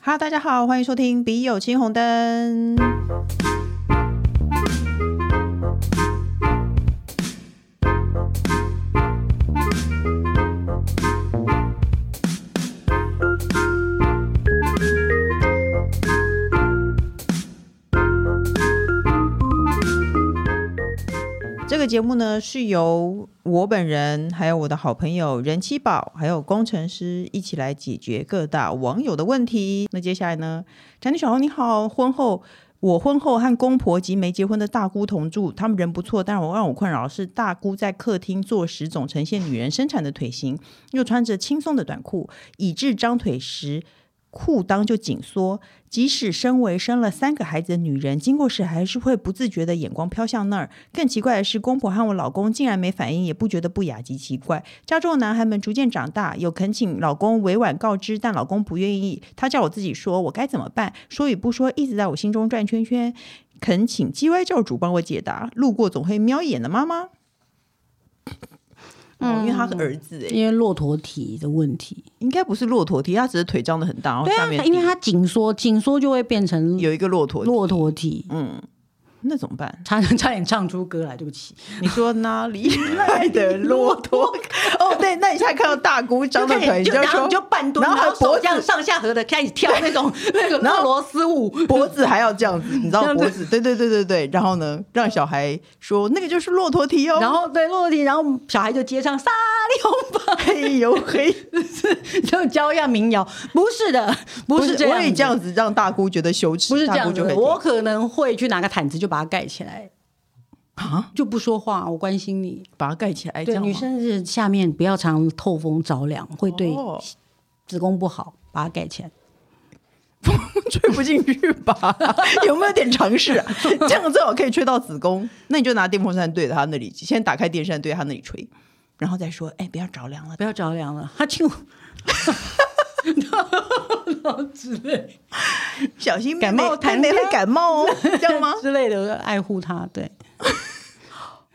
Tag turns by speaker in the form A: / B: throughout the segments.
A: Hello，大家好，欢迎收听《笔友青红灯》。这个节目呢，是由我本人、还有我的好朋友任七宝，还有工程师一起来解决各大网友的问题。那接下来呢，宅女小红你好，婚后。我婚后和公婆及没结婚的大姑同住，他们人不错，但我让我困扰的是大姑在客厅做时总呈现女人生产的腿型，又穿着轻松的短裤，以致张腿时裤裆就紧缩。即使身为生了三个孩子的女人，经过时还是会不自觉的眼光飘向那儿。更奇怪的是，公婆和我老公竟然没反应，也不觉得不雅及奇怪。家中的男孩们逐渐长大，有恳请老公委婉告知，但老公不愿意。他叫我自己说，我该怎么办？说与不说，一直在我心中转圈圈。恳请 G Y 教主帮我解答。路过总会瞄一眼的妈妈，哦，因为他是儿子哎、
B: 因为骆驼体的问题，
A: 应该不是骆驼蹄，他只是腿张得很大，然后
B: 对
A: 哦下
B: 啊，
A: 面
B: 因为它紧缩，紧缩就会变成
A: 有一个骆驼蹄，嗯
B: 骆驼体。
A: 那怎么办？
B: 差 差点唱出歌来，对不起。
A: 你说哪 里来的骆驼？哦，对，那你现在看到大姑张的腿，
B: 开
A: 你
B: 始就然
A: 说
B: 后你就半蹲，
A: 然
B: 然
A: 后还
B: 后
A: 脖
B: 手
A: 子
B: 这样上下合的开始跳 那种那个
A: 然后
B: 俄罗斯舞，
A: 脖子还要这样子，你知
B: 这
A: 道
B: 样子
A: 脖子？对对对对对。然后呢，让小孩说那个就是骆驼蹄哦。
B: 然后对骆驼体，然后小孩就接上沙利红吧，
A: 嘿呦嘿，
B: 就教一下民谣。不是的，不是这样
A: 我
B: 子，
A: 也这样子让大姑觉得羞耻，
B: 不是这
A: 大姑
B: 样
A: 就
B: 子
A: 会
B: 的。我可能会去拿个毯子就把它盖起来，
A: 啊
B: 就不说话，我关心你。
A: 把它盖起来，这
B: 对，
A: 样吗
B: 女生是下面不要常透风着凉，会对
A: 哦
B: 子宫不好，把它盖起来。
A: 吹不进去 吧？有没有点尝试 啊？这样最好可以吹到子宫。那你就拿电风扇对着他那里，先打开电扇对着他那里吹，然后再说：“哎，不要着凉了。”
B: 不要着凉了，他就之类
A: 小心
B: 感冒
A: 谈恋
B: 谈恋
A: 会
B: 爱？
A: 感冒 哦，这样吗
B: 之类的爱护他。对，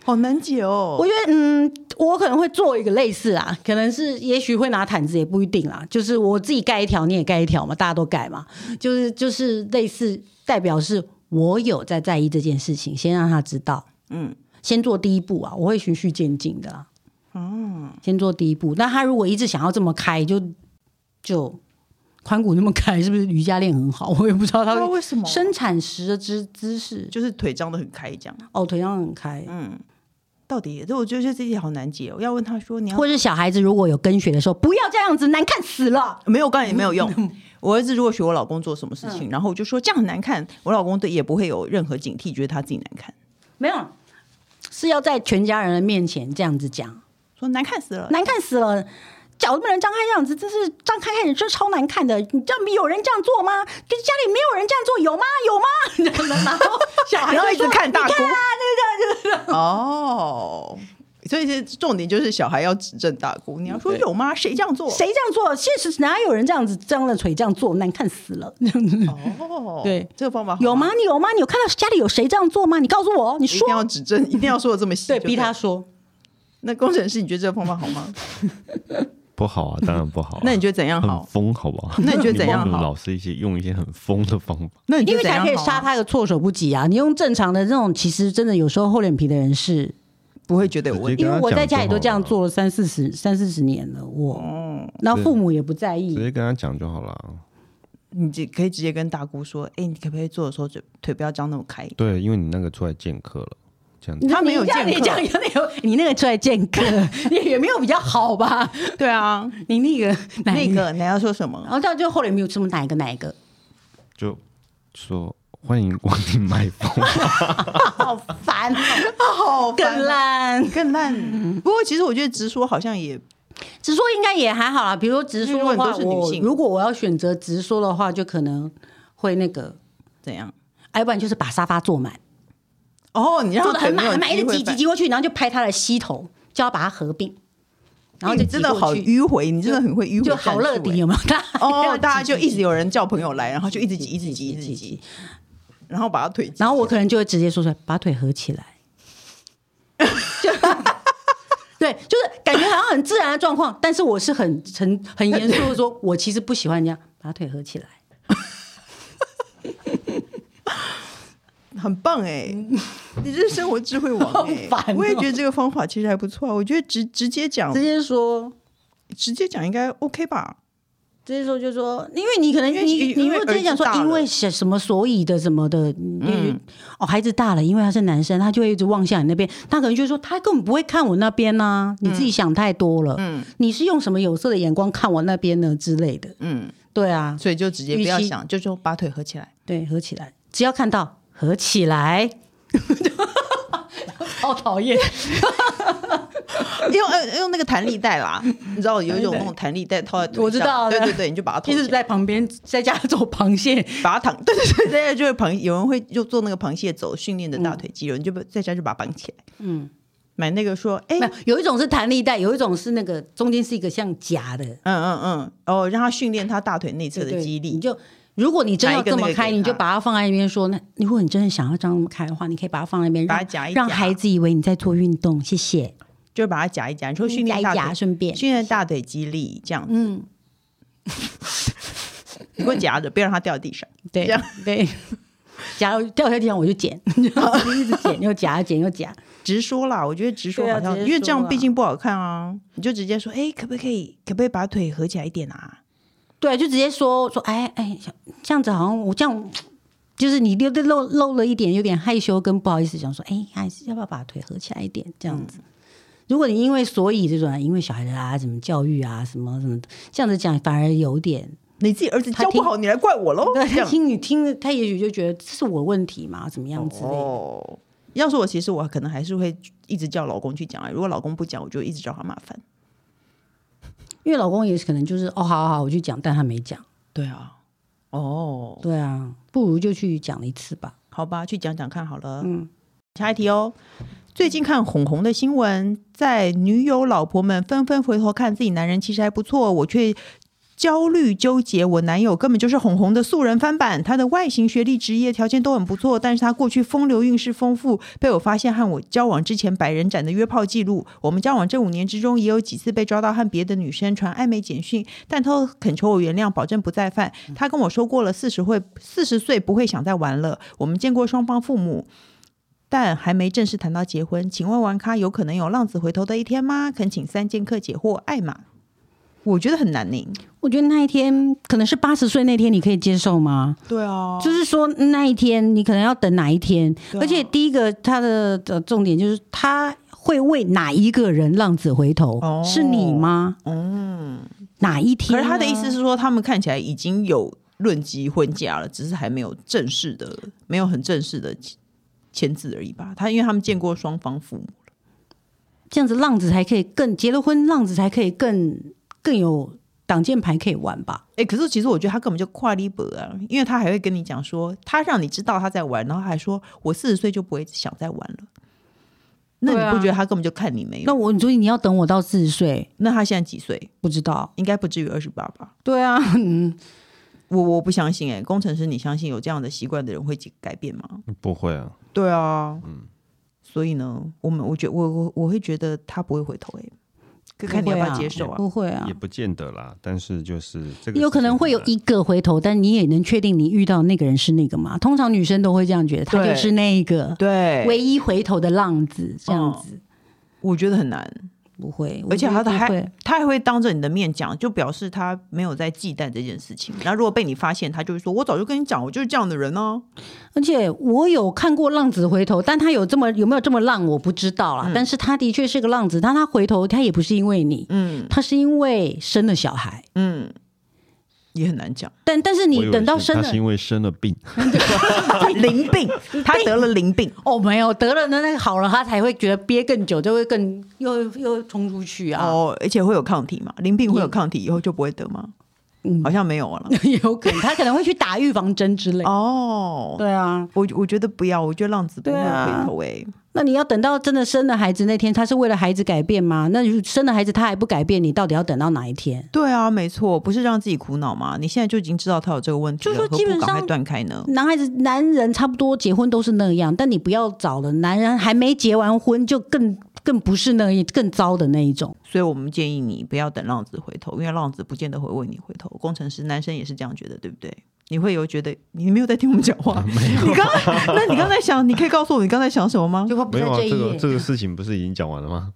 A: 好难解哦
B: 我。觉得嗯，我可能会做一个类似啊，可能是也许会拿毯子也不一定啦，就是我自己盖一条，你也盖一条嘛，大家都盖嘛，就是就是类似代表是我有在在意这件事情，先让他知道，
A: 嗯
B: 先做第一步啊，我会循序渐进的啦。
A: 嗯，
B: 先做第一步。那他如果一直想要这么开，就就髋骨那么开，是不是瑜伽练很好？我也不知道
A: 不
B: 他
A: 知道
B: 会
A: 为什么
B: 生产时的姿姿势，
A: 就是腿张得很开这样。
B: 哦，腿上很开。
A: 嗯，到底这我觉得这题好难解哦。要问他说你要
B: 或是小孩子如果有跟学的时候，不要这样子，难看死了。
A: 没有，我告诉你没 有用。我儿子如果学我老公做什么事情，然后我就说这样很难看，我老公对也不会有任何警惕，觉得他自己难看，
B: 没有，是要在全家人的面前这样子讲，
A: 说难看死了。
B: 难看死了。脚都不能张开这样子，真是张开看着真超难看的。你这样有人这样做吗？跟家里没有人这样做，有吗？有吗？ 然后小孩
A: 然后
B: 就
A: 一直
B: 说
A: 看大姑
B: 你看啊，
A: 哦，所以这重点就是小孩要指正大姑，你要说有吗？谁这样做？
B: 谁这样做？现实哪有人这样子张着腿这样做？难看死了！
A: 哦，
B: 对
A: 这个方法好
B: 有
A: 吗？
B: 吗？你有吗？你有看到家里有谁这样做吗？你告诉我，你
A: 一
B: 说
A: 定。要指正，一定要说的这么细，就了
B: 说。
A: 那工程师，你觉得这个方法好吗？。
C: 不好啊，当然不好、啊
A: 那你觉得怎样好
C: 很疯，好不好？
A: 那你觉得怎样好
C: 你帮我们老师一些用一些很疯的方法，
A: 那你
B: 因
A: 觉得
B: 为
A: 怎样
B: 才
A: 好啊
B: 可以杀，他个措手不及啊！你用正常的这种，其实真的有时候厚脸皮的人是，
A: 不会觉得有问
C: 直
A: 题。
C: 接
B: 因
C: 跟他
B: 为我在家里都这样
C: 讲就好
B: 做了三四十、三四十年了，我，
A: 哦，
B: 然后父母也不在
C: 直
B: 意，
C: 接跟他讲就好了。
A: 你只可以直接跟大姑说，哎，你可不可以做的时候腿腿不要张那么开？
C: 对，因为你那个出来见客了，这样子。
A: 他没有
B: 你这样
A: 见
B: 你
A: 客
B: 这样有点有， 你那个出来见客 也也没有比较好吧？
A: 对啊，
B: 你那个哪一
A: 那，个你要说什
B: 然
A: 么？
B: 后这样就厚脸皮，有这么哪一个哪一个？
C: 就说欢迎光临麦风，
B: 好烦哦，
A: 好哦
B: 更，烂。
A: 更烂。 不过其实我觉得直说好像也
B: 直说应该也还好啦，比如说直说
A: 因为
B: 的
A: 如果
B: 话，
A: 你都是女
B: 我
A: 性
B: 如果我要选择直说的话，就可能会那个，
A: 怎样。
B: 哎要不然就是把沙发坐满，
A: 哦，你让
B: 坐
A: 他
B: 的
A: 腿
B: 很
A: 没有机
B: 满，满一直
A: 会
B: 挤挤
A: 反
B: 挤过去，然后就拍他的膝头，就要把它合并，然后
A: 哎
B: 就
A: 你真的好
B: 挤过去
A: 迂回，你真的很会迂回
B: 就
A: 战术，
B: 好乐迪有没有？大家
A: 哎。哦，
B: 要
A: 大家
B: 挤
A: 就一直有人叫朋友来，然后就一直挤，一直挤，一直挤，，然后把他腿挤。
B: 然后我可能就会直接说出来，把腿合起来， 就对，就是感觉好像很自然的状况，但是我是很很很严肃的说，我其实不喜欢人家把腿合起来。
A: 很棒哎、 你这是生活智慧王哎、
B: 嗯 好烦哦
A: 我也觉得这个方法其实还不错啊。我觉得直直接讲
B: 直，接说，
A: 直接讲应该 OK 吧？
B: 直接说就说，因为你可能
A: 因为
B: 你你
A: 因
B: 如
A: 为
B: 果直接讲说
A: 儿子大了
B: 因为什什么所以的什么的，嗯，哦孩子大了，因为他是男生，他就会一直望向你那边，他可能就说他根本不会看我那边呐、你自己想太多了，
A: 嗯
B: 你是用什么有色的眼光看我那边呢之类的，
A: 嗯，
B: 对啊，
A: 所以就直接不
B: 与
A: 要
B: 其
A: 想，就就把腿合起来。
B: 对，合起来，只要看到合起来， 好讨厌，
A: 用呃用那个弹力带啦，你知道有一种那种弹力带套在腿上，
B: 我知道
A: 对
B: 对
A: 对对，你就把它
B: 一
A: 套
B: 直
A: 起来，
B: 在旁边在家做螃蟹，
A: 把它躺， 对对对，大家就会螃，有人会就做那个螃蟹走训练的大腿肌肉，你就把在家就把它绑起来，
B: 嗯，
A: 买那个说，哎，
B: 没
A: 嗯
B: 有，有一种是弹力带，有一种是那个中间是一个像夹的
A: 嗯嗯，哦，让他训练他大腿内侧的肌
B: 对你
A: 力，
B: 就如果你真
A: 拿
B: 要
A: 一个
B: 这
A: 那
B: 么
A: 个
B: 开，
A: 给
B: 你就
A: 他
B: 把它放在那边说。那如果你真的想要这样开的话，你可以把它放在那边，
A: 把它
B: 让
A: 夹一
B: 让
A: 夹
B: 孩子以为你在做运动。谢谢，
A: 就把它夹一夹，你说训
B: 夹
A: 练
B: 一
A: 大
B: 嗯夹，
A: 腿，
B: 顺便
A: 训练大腿肌力这样子，
B: 嗯，
A: 你给我夹着，别让它掉地上，
B: 对
A: 这样
B: 对。 夹掉下地上我就捡， 我就一直捡，又夹 捡又夹。
A: 直说啦，我觉得直说
B: 对啊
A: 好像，
B: 直接
A: 因为这
B: 说
A: 样
B: 啦
A: 毕竟不好看啊，你就直接说，哎，可不可以，可不可以把腿合起来一点啊？
B: 对，就直接说说，哎哎，这样子好像我这样，就是你溜溜漏漏了一点，有点害羞跟不好意思，想说，哎，还是要不要把腿合起来一点这样子。
A: 嗯
B: 如果你因为所以这种啊，因为小孩子啊，什么教育啊，什么什么的，这样子讲反而有点，
A: 你自己儿子
B: 他
A: 教不
B: 听
A: 好，你来怪我喽？
B: 对，
A: 哦这
B: 他
A: 样
B: 听你听了，他也许就觉得这是我的问题嘛，怎么样之类的。
A: 哦，要是我，其实我可能还是会一直叫老公去讲啊。如果老公不讲，我就一直找他麻烦。
B: 因为老公也是可能就是，哦，好好好，我去讲，但他没讲。
A: 对啊，哦，
B: 对啊，不如就去讲一次吧。
A: 好吧，去讲讲看好了。
B: 嗯，
A: 下一题哦。最近看红红的新闻，在女友老婆们纷纷回头看自己男人其实还不错，我却焦虑纠结，我男友根本就是红红的素人翻版。他的外形、学历、职业条件都很不错，但是他过去风流韵事丰富，被我发现和我交往之前百人斩的约炮记录。我们交往这五年之中，也有几次被抓到和别的女生传暧昧简讯，但他都恳求我原谅，保证不再犯。他跟我说过了，四十会四十岁不会想再玩了。我们见过双方父母，但还没正式谈到结婚。请问玩咖有可能有浪子回头的一天吗？恳请三剑客解惑，艾玛。我觉得很难呢。
B: 我觉得那一天可能是八十岁那天，你可以接受吗？
A: 对啊
B: 就是说那一天你可能要等哪一天，
A: 对啊
B: 而且第一个他的呃重点就是他会为哪一个人浪子回头，
A: 哦
B: 是你吗？嗯，哪一天
A: 可
B: 啊、
A: 是他的意思是说，他们看起来已经有论及婚嫁了，只是还没有正式的，没有很正式的签签字而已吧。他因为他们见过双方父母，
B: 这样子，浪子才可以更结了婚，浪子才可以更更有挡箭牌可以玩吧？
A: 哎、可是其实我觉得他根本就跨立博啊，因为他还会跟你讲说，他让你知道他在玩，然后还说我四十岁就不会想再玩了。那
B: 对
A: 你
B: 啊
A: 不觉得他根本就看你没有？
B: 那我所以你要等我到四十岁，
A: 那他现在几岁？
B: 不知道。
A: 应该不至于二十八吧？
B: 对 啊，嗯，
A: 我我不相信哎、工程师，你相信有这样的习惯的人会改变吗？
C: 不会啊，
A: 对啊，所以呢，我们我觉我我我会觉得他不会回头哎、欸，看你要不要接受啊？
B: 不会啊
C: 也，不见得啦。但是就是这个
B: 有可能会有一个回头，但你也能确定你遇到那个人是那个嘛？通常女生都会这样觉得，他
A: 对
B: 就是那一个。唯
A: 对，
B: 一回头的浪子，这样子、
A: 我觉得很难，
B: 不会，
A: 哦而且他
B: 我觉得不
A: 还
B: 会
A: 他还会当着你的面讲，就表示他没有在忌惮这件事情。然后如果被你发现，他就会说：“我早就跟你讲，我就是这样的人哦、
B: 而且我有看过浪子回头，但他有这么有没有这么浪，我不知道
A: 嗯
B: 啦。但是他的确是个浪子，但他回头他也不是因为你，
A: 嗯
B: 他是因为生了小孩。
A: 嗯，也很难讲。
B: 但但是你等到生
C: 他
B: 了
C: 是因为生了病，
A: 淋病，他得了淋病，
B: 哦，没有得了那那个好了，他才会觉得憋更久，就会更又又冲出去啊。
A: 哦，而且会有抗体嘛？淋病会有抗体，以后就不会得吗？
B: 嗯
A: 好像没有了。
B: 有可能他可能会去打预防针之类。
A: 哦，
B: 对啊，
A: 我我觉得不要，我觉得浪子不会
B: 对啊
A: 回头哎、欸
B: 那你要等到真的生了孩子那天，他是为了孩子改变吗？那如果生了孩子他还不改变，你到底要等到哪一天？
A: 对啊，没错，不是让自己苦恼吗？你现在就已经知道他有这个问题了，
B: 就说基本
A: 何不赶快
B: 上
A: 断开呢？
B: 男孩子、男人差不多结婚都是那样，但你不要找了，男人还没结完婚就更更不是那一更糟的那一种。
A: 所以我们建议你不要等浪子回头，因为浪子不见得会为你回头。工程师男生也是这样觉得，对不对？你会有觉得你没有在听我们讲话？你刚那你刚才想，你可以告诉我你刚才想什么吗？
B: 就会不
C: 没
B: 在
C: 有啊，
B: 一
C: 这个
B: 页。
C: 这个事情不是已经讲完了吗？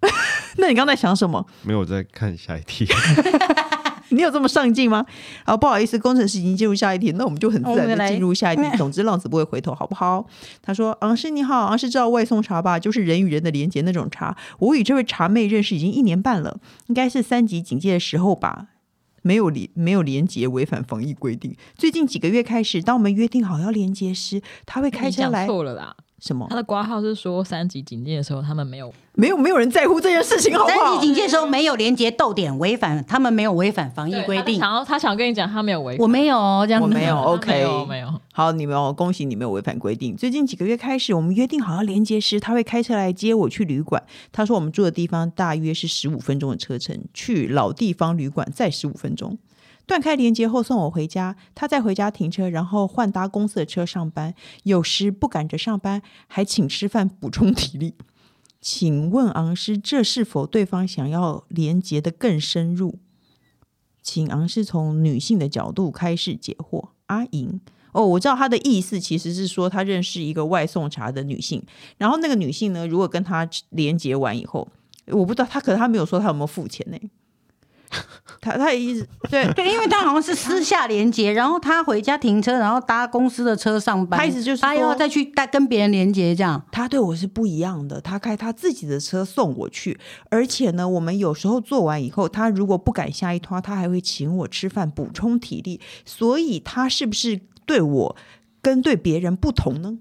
A: 那你刚才想什么？
C: 没有，我在看下一题。
A: 你有这么上进吗？啊，不好意思，工程师已经进入下一题，那我们就很自然
B: 我们
A: 的
B: 来
A: 进入下一题。总之，浪子不会回头，好不好？他说：“昂师你好，昂师知道外送茶吧，就是人与人的连接那种茶。我与这位茶妹认识已经一年半了，应该是三级警戒的时候吧。”没有连没有连接，违反防疫规定。最近几个月开始，当我们约定好要连接时，他会开
D: 你
A: 车
D: 讲
A: 来哦
D: 错了啦。
A: 什么
D: 他？的挂号是说三级警戒的时候，他们没有
A: 没有没有人在乎这件事情，好不
B: 三级
A: 好？
B: 警戒的时候没有连接逗点，违反他们没有违反防疫规定。
D: 然后他想跟你讲，他没有违，
B: 我没有哦这样
A: 我
B: 子，
A: 没有
D: 他
A: ，OK，
D: 没有没有，
A: 好，你们哦，恭喜你没有违反规定。最近几个月开始，我们约定好要连接时，他会开车来接我去旅馆。他说我们住的地方大约是十五分钟的车程，去老地方旅馆再十五分钟。断开连接后送我回家，他再回家停车，然后换搭公司的车上班。有时不赶着上班，还请吃饭补充体力。请问昂师，这是否对方想要连接的更深入？请昂师从女性的角度开始解惑。阿莹，哦，我知道他的意思其实是说，他认识一个外送茶的女性，然后那个女性呢，如果跟他连接完以后，我不知道他，可是他没有说他有没有付钱呢、 他他一直对
B: 对，因为他好像是私下连接，然后他回家停车，然后搭公司的车上班。
A: 他意思就是
B: 他
A: 说
B: 要再去搭跟别人连接这样。
A: 他对我是不一样的，他开他自己的车送我去，而且呢，我们有时候做完以后，他如果不敢下一趟，他还会请我吃饭补充体力，所以他是不是对我跟对别人不同呢？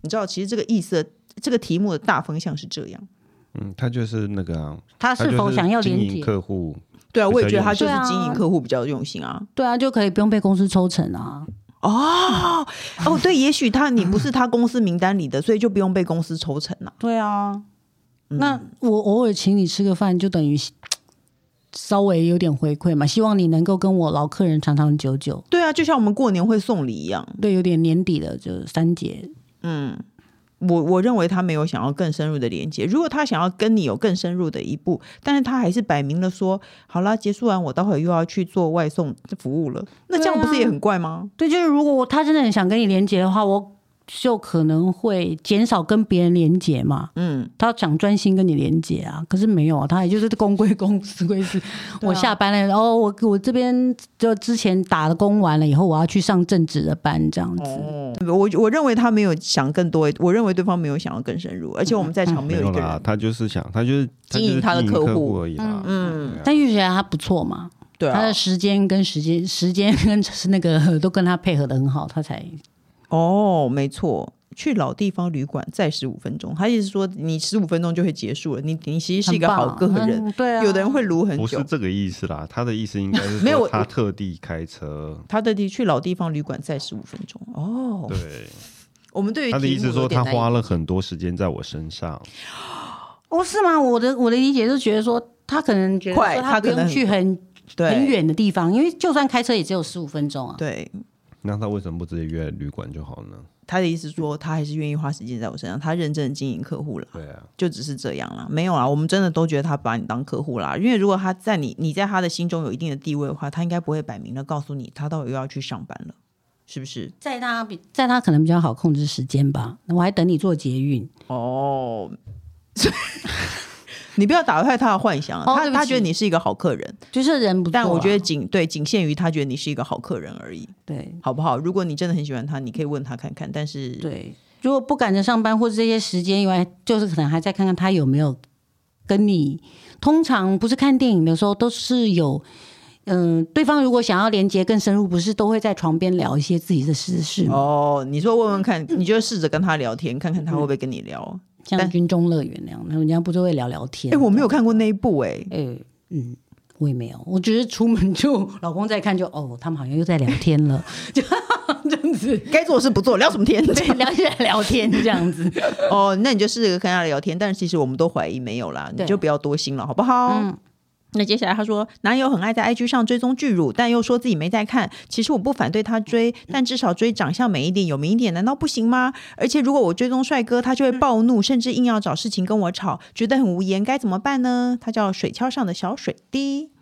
A: 你知道，其实这个意思，这个题目的大方向是这样。
C: 嗯，他就是那个啊，
B: 他
C: 他
B: 是
C: 就
B: 否
C: 是
B: 想要
C: 经
B: 连
C: 营
B: 接？
C: 客户？
A: 对啊，
C: 比较
A: 我也觉得他
C: 用
A: 就
B: 心
A: 是
B: 对啊
A: 经营客户比较用心啊。
B: 对啊，就可以不用被公司抽成啊。
A: 哦哦，对，也许他你不是他公司名单里的，所以就不用被公司抽成了、
B: 对啊，那我偶尔请你吃个饭，就等于稍微有点回馈嘛。希望你能够跟我老客人长长久久。
A: 对啊，就像我们过年会送礼一样。
B: 对，有点年底了，就三节。
A: 嗯我我认为他没有想要更深入的连接。如果他想要跟你有更深入的一步，但是他还是摆明了说，好啦，结束完我待会又要去做外送服务了，那这样
B: 对啊
A: 不是也很怪吗？
B: 对，就是如果我他真的很想跟你连接的话，我就可能会减少跟别人连接嘛。
A: 嗯，
B: 他想专心跟你连接啊，可是没有啊，他也就是公归公，私归私。我下班了，然后我我这边就之前打了工完了以后，我要去上正职的班，这样
C: 啊
B: 子。
A: 哦我我认为他没有想更多，我认为对方没有想要更深入，而且我们在场没
C: 嗯没
A: 有一
C: 有
A: 个
C: 啦
A: 人，，
C: 他就是想，他就是
A: 经营他
C: 他
A: 的
C: 就是经营
A: 客
C: 客
A: 户
C: 而已啦。
A: 嗯
C: 对啊，
B: 但就觉得他不错嘛，
A: 对
B: 他
A: 啊
B: 的，时间跟时间、时间跟那个都跟他配合的很好，他才
A: 哦，没错。去老地方旅馆再十五分钟，他意思说你十五分钟就会结束了，你你其实是一个
B: 很
A: 好
B: 棒
A: 个人，
B: 嗯对啊，
A: 有的人会撸很
C: 不
A: 久
C: 是，这个意思啦，他的意思应该 是
A: 没有
C: 说
A: 我
C: 他特地开车，
A: 他的的去老地方旅馆再十五分钟哦。
C: 对，
A: 我们对于
C: 他的
A: 题
C: 意思
A: 目
C: 是说
A: 有点
C: 他
A: 难以
C: 花了很多时间在我身上，
B: 哦是吗？我的我的理解是觉得说，他可能觉得
A: 快
B: 说
A: 他
B: 他不
A: 可能
B: 用去很
A: 对
B: 很远的地方，因为就算开车也只有十五分钟啊。
A: 对，
C: 那他为什么不直接约旅馆就好呢？
A: 他的意思说，他还是愿意花时间在我身上，他认真地经营客户啦，
C: 对啊，
A: 就只是这样啦，没有啦，我们真的都觉得他把你当客户啦，因为如果他在你你在他的心中有一定的地位的话，他应该不会摆明的告诉你他到底又要去上班了，是不是？
B: 在他比在他可能比较好控制时间吧，我还等你做捷运，
A: 哦。 你不要打坏他的幻想啊，
B: 哦
A: 他
B: 对不
A: 他觉得
B: 起
A: 你是一个好客人，
B: 就是人不错啊、
A: 但我觉得仅对仅限于他觉得你是一个好客人而已，
B: 对
A: 好不好？如果你真的很喜欢他，你可以问他看看，但是
B: 对，如果不赶着上班或者这些时间以外，就是可能还在看看他有没有跟你。通常不是看电影的时候，都是有，嗯、对方如果想要连接更深入，不是都会在床边聊一些自己的私事吗？
A: 哦，你说问问看，你就试着跟他聊天，看看他会不会跟你聊。但
B: 像军中乐园那样，那人家不就会聊聊天？
A: 哎、我没有看过那一部哎、
B: 哎、嗯，我也没有，我只是出门就老公在看就，哦，他们好像又在聊天 了， 就这样子。
A: 该做的事不做，聊什么天？
B: 聊起来聊天这样子，
A: 哦，那你就试着跟他聊天，但是其实我们都怀疑没有啦，你
B: 对嗯
A: 就不要多心了，好不好？那接下来他说，男友很爱在 IG 上追踪巨乳，但又说自己没在看。其实我不反对他追，但至少追长相美一点、有名一点，难道不行吗？而且如果我追踪帅哥，他就会暴怒，甚至硬要找事情跟我吵，觉得很无言，该怎么办呢？他叫水橇上的小水滴。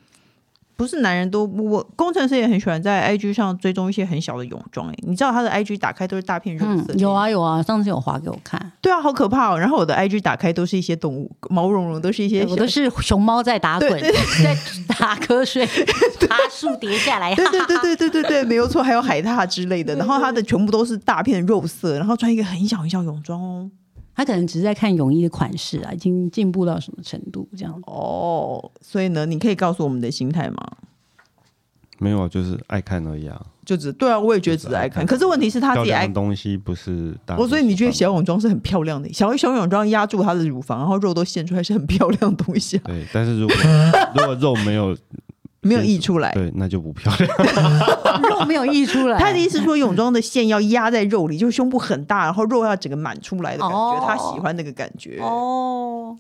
A: 不是男人都我工程师也很喜欢在 IG 上追踪一些很小的泳装哎、欸你知道他的 IG 打开都是大片肉
B: 嗯
A: 色、，
B: 有，啊有啊，上次有划给我看，
A: 对啊，好可怕哦。然后我的 IG 打开都是一些动物，毛茸茸，都是一些
B: 对
A: 小
B: 哎我都是熊猫在打滚，
A: 对对
B: 在打瞌 睡，爬树跌下来，
A: 对对对对对对对，没有错，还有海獭之类的。然后他的全部都是大片肉色，然后穿一个很小很小泳装哦。
B: 他可能只是在看泳衣的款式啊，已经进步到什么程度这样。
A: 哦，所以呢，你可以告诉我们的心态吗？
C: 没有啊，就是爱看而已啊。
A: 就只对啊，我也觉得只
C: 就是
A: 爱
C: 爱
A: 看。
C: 看
A: 可是问题是他
C: 漂
A: 自己爱
C: 亮的东西不是大家喜欢的。
A: 我所以你觉得小泳装是很漂亮的，小小泳装压住她的乳房，然后肉都现出来，是很漂亮的东西、啊，
C: 对，但是 如果如果肉没有
A: 没有溢出来。
C: 对，那就不漂亮。
B: 肉没有溢 出来。
A: 她的意思说，泳装的线要压在肉里，就是胸部很大，然后肉要整个满出来的感觉
B: 哦，
A: 她、喜欢那个感觉。
B: 哦，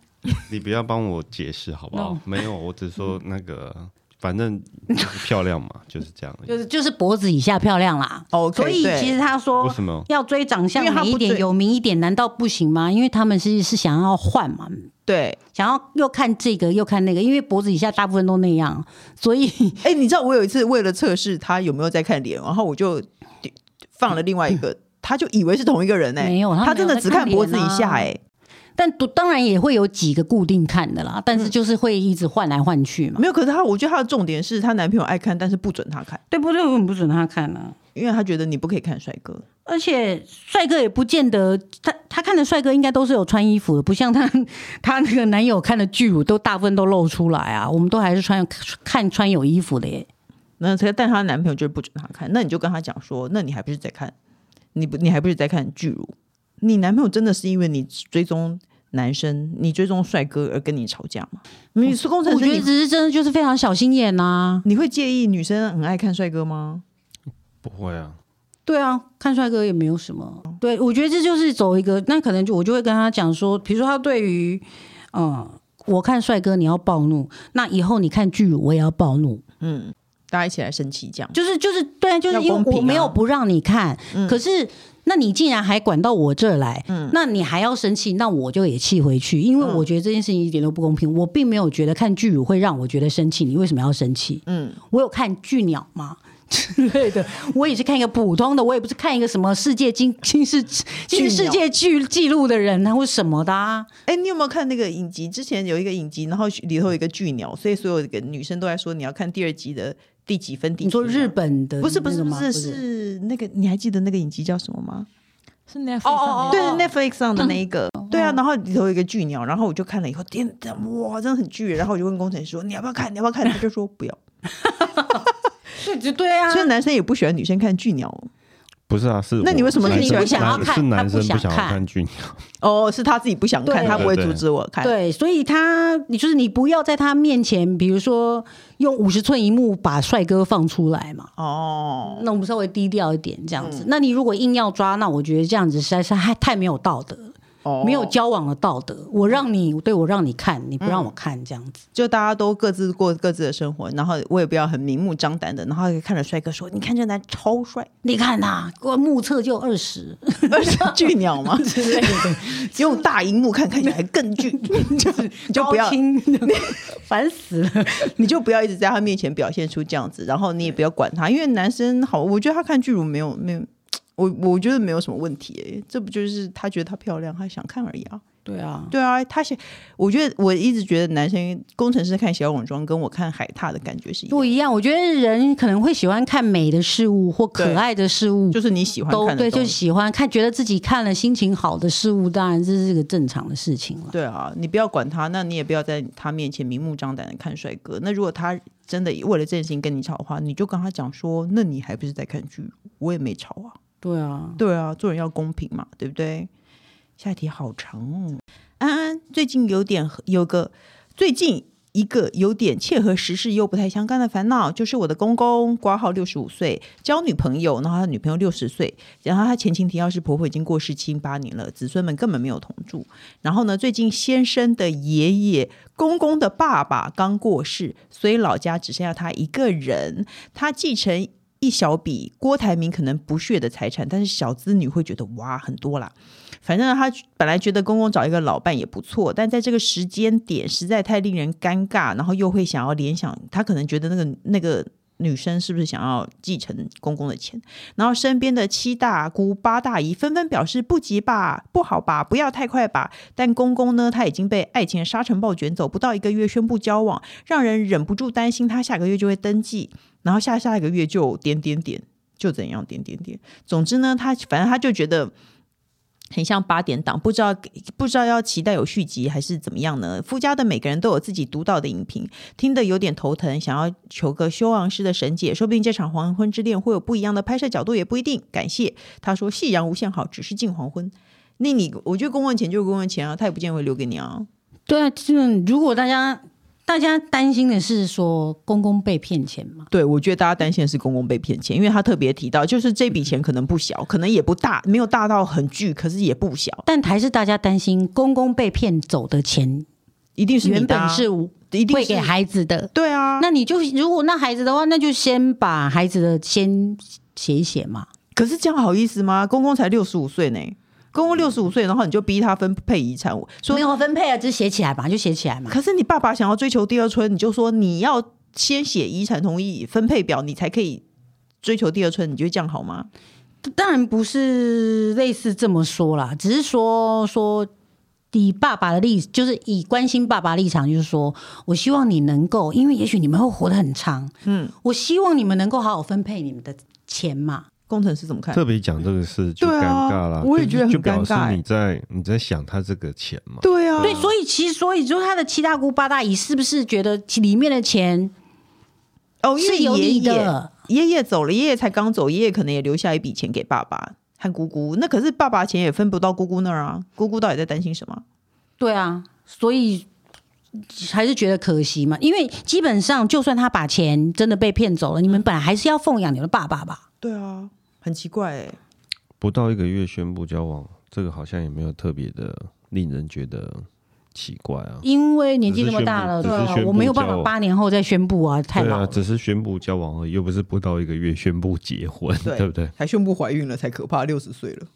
C: 你不要帮我解释好不好
B: No？
C: 没有，我只说那个，反正 就是漂亮嘛，就是这样而已。
B: 就是就是脖子以下漂亮啦。
A: OK，
B: 所以
A: 对
B: 其实他
C: 为
B: 说
C: 什么？
B: 要追长相
A: 因为他
B: 美
A: 不
B: 一点、
A: 追
B: 有名一点，难道不行吗？因为他们是是想要换嘛，
A: 对，
B: 想要又看这个又看那个，因为脖子以下大部分都那样，所以
A: 哎、你知道我有一次为了测试她有没有在看脸，然后我就放了另外 一个，她就以为是同一个人哎、
B: 没有他
A: 她真的
B: 没有在
A: 只看
B: 看
A: 脖子以
B: 脸啊
A: 下哎、
B: 但都当然也会有几个固定看的啦，
A: 嗯
B: 但是就是会一直换来换去嘛，
A: 没有。可是她，我觉得她的重点是她男朋友爱看，但是不准她看，
B: 对不对？我们不准他看啊。
A: 因为她觉得你不可以看帅哥。
B: 而且帅哥也不见得，他他看的帅哥应该都是有穿衣服的，不像他他那个男友看的巨乳都大部分都露出来啊，我们都还是穿看穿有衣服的耶。
A: 那她但她男朋友就是不准她看，那你就跟她讲说，那你还不是在看，你不你还不是在看巨乳？你男朋友真的是因为你追踪男生，你追踪帅哥而跟你吵架吗？你是工程
B: 我
A: 师，
B: 觉得
A: 你
B: 只是真的就是非常小心眼呐、
A: 你会介意女生很爱看帅哥吗？
C: 不会啊，
B: 对啊，看帅哥也没有什么。对，我觉得这就是走一个，那可能就我就会跟他讲说，比如说他对于，嗯，我看帅哥你要暴怒，那以后你看巨乳我也要暴怒，
A: 嗯，大家一起来生气这样。
B: 就是就是对，就是因
A: 要公
B: 为
A: 平啊嗯
B: 我没有不让你看，可是那你竟然还管到我这儿来，那你还要生气，那我就也气回去，因为
A: 嗯
B: 我觉得这件事情一点都不公平。我并没有觉得看巨乳会让我觉得生气，你为什么要生气？
A: 嗯，
B: 我有看巨鸟吗？之类的，我也是看一个普通的，我也不是看一个什么世界金金世金世界纪记录的人啊，或什么的啊。
A: 哎、你有没有看那个影集？之前有一个影集，然后里头有一个巨鸟，所以所有的女生都在说你要看第二集的第几分第几
B: 你说
A: 秒
B: 日本的
A: 不是不
B: 那
A: 是
B: 个
A: 不
B: 吗
A: 是是那个你还记得那个影集叫什么吗？
D: 是 Netflix
B: 哦哦
D: 上面
A: 对
D: 的
A: ，Netflix 上的那一个，对啊，然后里头有一个巨鸟，然后我就看了以后，天，哇，真的很巨，然后我就问工程师说你要不要看，你要不要看，他就说不 要，
B: 是就对啊
A: 所以男生也不喜欢女生看巨鸟，
C: 不是啊，是
A: 那你
C: 我
A: 为什么
C: 男
A: 自己
C: 生
A: 不想
B: 要
C: 男
B: 看
C: 是
B: 他
C: 男
B: 不
C: 生
B: 想
C: 想要
B: 看
C: 看剧，
A: 哦，是他自己不想看，
B: 对
A: 他不会
C: 对
A: 阻
C: 对
A: 止我看，
B: 对，所以他，你就是你不要在他面前，比如说用五十寸荧幕把帅哥放出来嘛。
A: 哦，嗯
B: 那我们稍微低调一点这样子。那你如果硬要抓，那我觉得这样子实在是太太没有道德了，
A: 哦，
B: 没有交往的道德。我让你对我让你看，你不
A: 嗯
B: 让我看这样子。
A: 就大家都各自过各自的生活，然后我也不要很明目张胆的，然后看着帅哥说，你看这男超帅，
B: 你看他，我目测就二十
A: 而且巨鸟 嘛之类的，用大荧幕看看起来更巨，你就你就
B: 高
A: 不要
B: 清， 烦死了。
A: 你就不要一直在他面前表现出这样子，然后你也不要管他，因为男生好，我觉得他看巨乳没有没有，我我觉得没有什么问题、欸，这不就是他觉得她漂亮，他想看而已啊。
B: 对啊，
A: 对啊，他想，我觉得我一直觉得男生工程师看小泳装跟我看海獭的感觉是一样
B: 不
A: 的，
B: 一样。我觉得人可能会喜欢看美的事物或
A: 对
B: 可爱的事物，
A: 就是你喜欢
B: 都
A: 看的
B: 对，
A: 东
B: 就
A: 西。
B: 喜欢看，觉得自己看了心情好的事物，当然这是个正常的事情了。
A: 对啊，你不要管他，那你也不要在他面前明目张胆的看帅哥。那如果他真的为了这件事情跟你吵的话，你就跟他讲说，那你还不是在看剧？我也没吵啊。
B: 对啊，
A: 对啊，做人要公平嘛，对不对？下一题好长哦。安安最近有点有个最近一个有点切合时事又不太相干的烦恼，就是我的公公挂号六十五岁，交女朋友，然后他女朋友六十岁，然后他前情提要是婆婆已经过世七八年了，子孙们根本没有同住。然后呢，最近先生的爷爷、公公的爸爸刚过世，所以老家只剩下他一个人，他继承。一小笔郭台铭可能不屑的财产，但是小资女会觉得哇很多啦。反正她本来觉得公公找一个老伴也不错，但在这个时间点实在太令人尴尬，然后又会想要联想，她可能觉得那个那个女生是不是想要继承公公的钱？然后身边的七大姑八大姨纷纷表示不急吧，不好吧，不要太快吧。但公公呢，他已经被爱情的沙尘暴卷走，不到一个月宣布交往，让人忍不住担心他下个月就会登记，然后下下一个月就点点点，就怎样点点点。总之呢，他反正他就觉得。很像八点档，不知道不知道要期待有续集还是怎么样呢？夫家的每个人都有自己独到的影评，听得有点头疼，想要求个修昂师的神解，说不定这场黄昏之恋会有不一样的拍摄角度，也不一定。感谢他说夕阳无限好，只是近黄昏。那你我觉得公文钱就是公文钱啊，他也不见得会留给你啊。
B: 对啊，就是如果大家大家担心的是说公公被骗钱嘛，
A: 对，我觉得大家担心的是公公被骗钱，因为他特别提到，就是这笔钱可能不小，可能也不大，没有大到很巨，可是也不小，
B: 但还是大家担心公公被骗走的钱
A: 一定是
B: 原
A: 你的
B: 本
A: 啊
B: 是
A: 一定
B: 会
A: 是
B: 给孩子的。
A: 对啊。
B: 那你就如果那孩子的话，那就先把孩子的先写一写嘛。
A: 可是这样好意思吗？公公才六十五岁呢，公公六十五岁，然后你就逼他分配遗产，我说
B: 没有分配啊，就写起来嘛，就写起来嘛。
A: 可是你爸爸想要追求第二春，你就说你要先写遗产同意分配表，你才可以追求第二春，你觉得这样好吗？
B: 当然不是类似这么说啦，只是说说以爸爸的立，就是以关心爸爸立场，就是说我希望你能够，因为也许你们会活得很长，嗯，我希望你们能够好好分配你们的钱嘛。
A: 工程师怎么看？
C: 特别讲这个事就
A: 对
C: 尴
A: 啊
C: 尬啦，
A: 我也觉得很
C: 就就表
A: 尴
C: 示
A: 尬欸
C: 你在你在想他这个钱嘛，
A: 对啊，
B: 对，所以其实所以就他的七大姑八大姨是不是觉得其里面的钱
A: 哦，因
B: 是
A: 为
B: 有
A: 爷
B: 你
A: 爷
B: 的？
A: 爷爷走了，爷爷才刚走，爷爷可能也留下一笔钱给爸爸和姑姑，那可是爸爸钱也分不到姑姑那儿啊，姑姑到底在担心什么？
B: 对啊，所以还是觉得可惜嘛，因为基本上就算他把钱真的被骗走了，你们本来还是要奉养你的爸爸吧？
A: 对啊，很奇怪哎、
C: 不到一个月宣布交往，这个好像也没有特别的令人觉得奇怪啊。
B: 因为年纪那么大了，
C: 只是
B: 对
C: 宣布
B: 啊
C: 只是宣，布
B: 我没有办
C: 交
B: 法
C: 往
B: 八年后再宣布啊，太
C: 对
B: 老
C: 啊，
B: 了。
C: 只是宣布交往而已，又不是不到一个月宣布结婚，
A: 对
C: 对不对？
A: 还宣布怀孕了才可怕，六十岁了，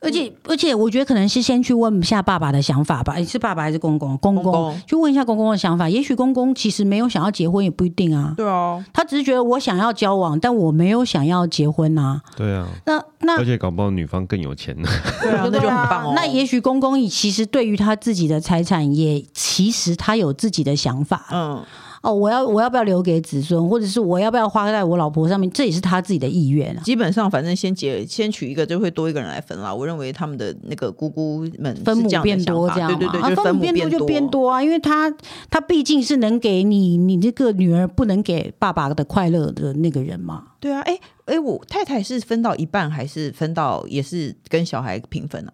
B: 而且而且，我觉得可能是先去问一下爸爸的想法吧，诶是爸爸还是公公？公公
A: 公公
B: 去问一下公公的想法，也许公公其实没有想要结婚，也不一定啊。
A: 对啊，
B: 他只是觉得我想要交往，但我没有想要结婚啊。
C: 对啊，
B: 那那
C: 而且搞不好女方更有钱呢。
A: 对啊，那就很棒哦。
B: 那也许公公其实对于他自己的财产也，其实他有自己的想法。
A: 嗯，
B: 哦，我要我要不要留给子孙，或者是我要不要花在我老婆上面，这也是他自己的意愿啊。
A: 基本上反正先结先娶一个就会多一个人来分啦。我认为他们的那个姑姑们是
B: 分母
A: 这样的
B: 变多
A: 想法
B: 这样嘛，
A: 对对
B: 啊
A: 对，就是
B: 分
A: 母
B: 变
A: 多
B: 就变。多啊，因为他他毕竟是能给你你这个女儿不能给爸爸的快乐的那个人嘛。
A: 对啊，哎哎，我太太是分到一半还是分到也是跟小孩平分啊？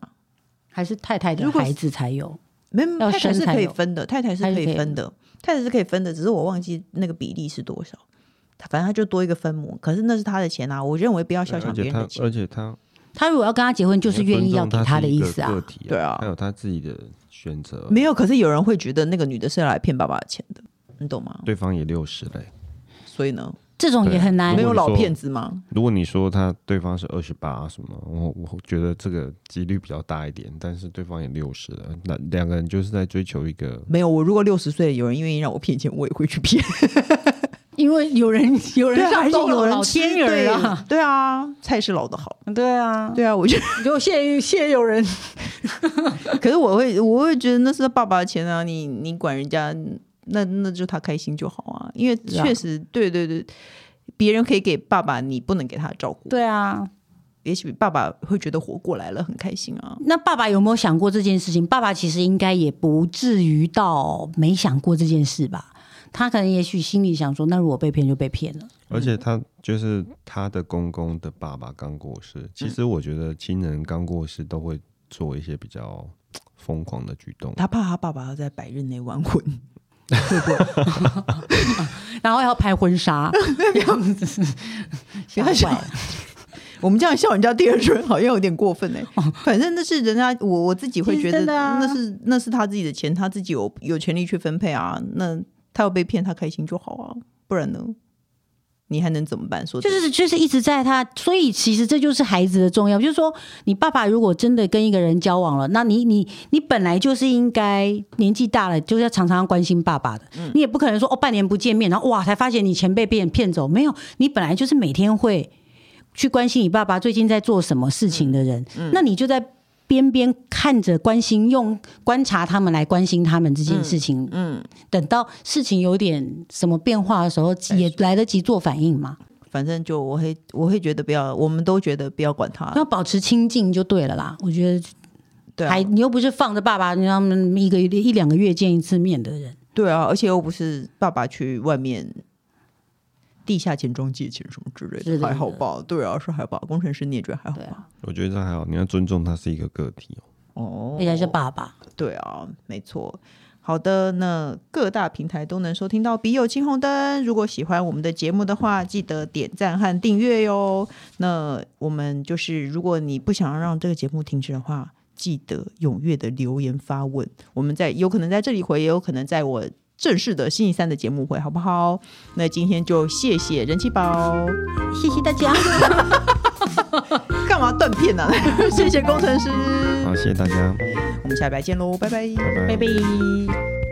B: 还是太太的
A: 如果是
B: 孩子才有，
A: 没有，没有
B: 要
A: 太太
B: 生
A: 是
B: 才
A: 可以
B: 有
A: 分的，太太是
B: 还
A: 可
B: 是可
A: 以
B: 以
A: 分的，太太是可以分的，只是我忘记那个比例是多少。反正他就多一个分母，可是那是他的钱啊，我认为不要
C: 对
A: 小
C: 而
A: 瞧别
C: 且
A: 人
C: 他
A: 的，钱
C: 而。且他
B: 他如果要跟他结婚，就是愿意要给
C: 他
B: 的意思
C: 个
B: 啊。
C: 体
A: 对啊
C: 他有他自己的选择，
A: 没有，可是有人会觉得那个女的是要来骗爸爸的钱的，你懂吗？
C: 对方也六十嘞。
A: 所以呢，
B: 这种也很难
A: 没，有老
C: 如果你说
A: 骗子吗？
C: 如果你说他对方是二十八什么，我我觉得这个几率比较大一点，但是对方也六十了，那两个人就是在追求一个
A: 没有，我如果六十岁有人愿意让我骗钱，我也会去骗。啊
B: 因为有人啊有人
A: 还
B: 上
A: 是
B: 钩
A: 有
B: 了，
A: 人
B: 老
A: 吃
B: 天儿啊，
A: 对对啊，菜是老的好。
B: 对啊，
A: 对啊，我觉
B: 就谢谢有人，
A: 得，可是我会，我会觉得那是爸爸的钱啊，你你管人家，那那就他开心就好啊。因为
B: 是啊
A: 确实，对对对，别人可以给爸爸，你不能给他照顾。
B: 对啊。
A: 也许爸爸会觉得活过来了，很开心啊。
B: 那爸爸有没有想过这件事情？爸爸其实应该也不至于到没想过这件事吧。他可能也许心里想说，那如果被骗就被骗了。
C: 而且他就是他的公公的爸爸刚过世，其实我觉得亲人刚过世都会做一些比较疯狂的举动，
A: 他怕他爸爸要在百日内完婚，
B: 然后要拍婚纱，这样子
A: 不要
B: 吓
A: 笑
B: 坏了。
A: 我们这样笑人家第二春好像有点过分哎、反正那是人家我我自己会觉
B: 其实
A: 得
B: 真的啊
A: 那是那是他自己的钱，他自己有有权利去分配啊。那他要被骗，他开心就好啊，不然呢？你还能怎么办？说
B: 就
A: 真的
B: 是就是一直在他，所以其实这就是孩子的重要，就是说你爸爸如果真的跟一个人交往了，那你你你本来就是应该年纪大了，就是要常常关心爸爸的，
A: 嗯
B: 你也不可能说哦半年不见面，然后哇才发现你钱被别人骗走，没有，你本来就是每天会去关心你爸爸最近在做什么事情的人，
A: 嗯
B: 那你就在。边边看着关心，用观察他们来关心他们这件事情。
A: 嗯
B: 等到事情有点什么变化的时候，也来得及做反应嘛。
A: 反正就我会我会觉得不要，我们都觉得不要管他，
B: 要保持清静就对了啦。我觉得
A: 啊对啊
B: 还、你又不是放着爸爸，你让他们一个一两个月见一次面的人，
A: 对啊，而且又不是爸爸去外面地下钱庄借钱什么之类
B: 之类
A: 的，
B: 的
A: 还好吧？对啊，是还好吧？工程师你也觉得还好
B: 对啊
A: 吧？
C: 我觉得这还好，你要尊重他是一个个体哦。
A: 哦
B: 而，且还是爸爸。
A: 对啊，没错。好的，那各大平台都能收听到《笔友青红灯》。如果喜欢我们的节目的话，记得点赞和订阅哟。那我们就是，如果你不想让这个节目停止的话，记得踊跃的留言发问。我们在有可能在这里回，也有可能在我正式的星期三的节目回，好不好？那今天就谢谢人气宝，
B: 谢谢大家，
A: 干嘛断片呢、啊？谢谢工程师，
C: 好，谢谢大家，
A: 我们下礼拜见喽，拜拜
C: 拜拜
B: 拜拜。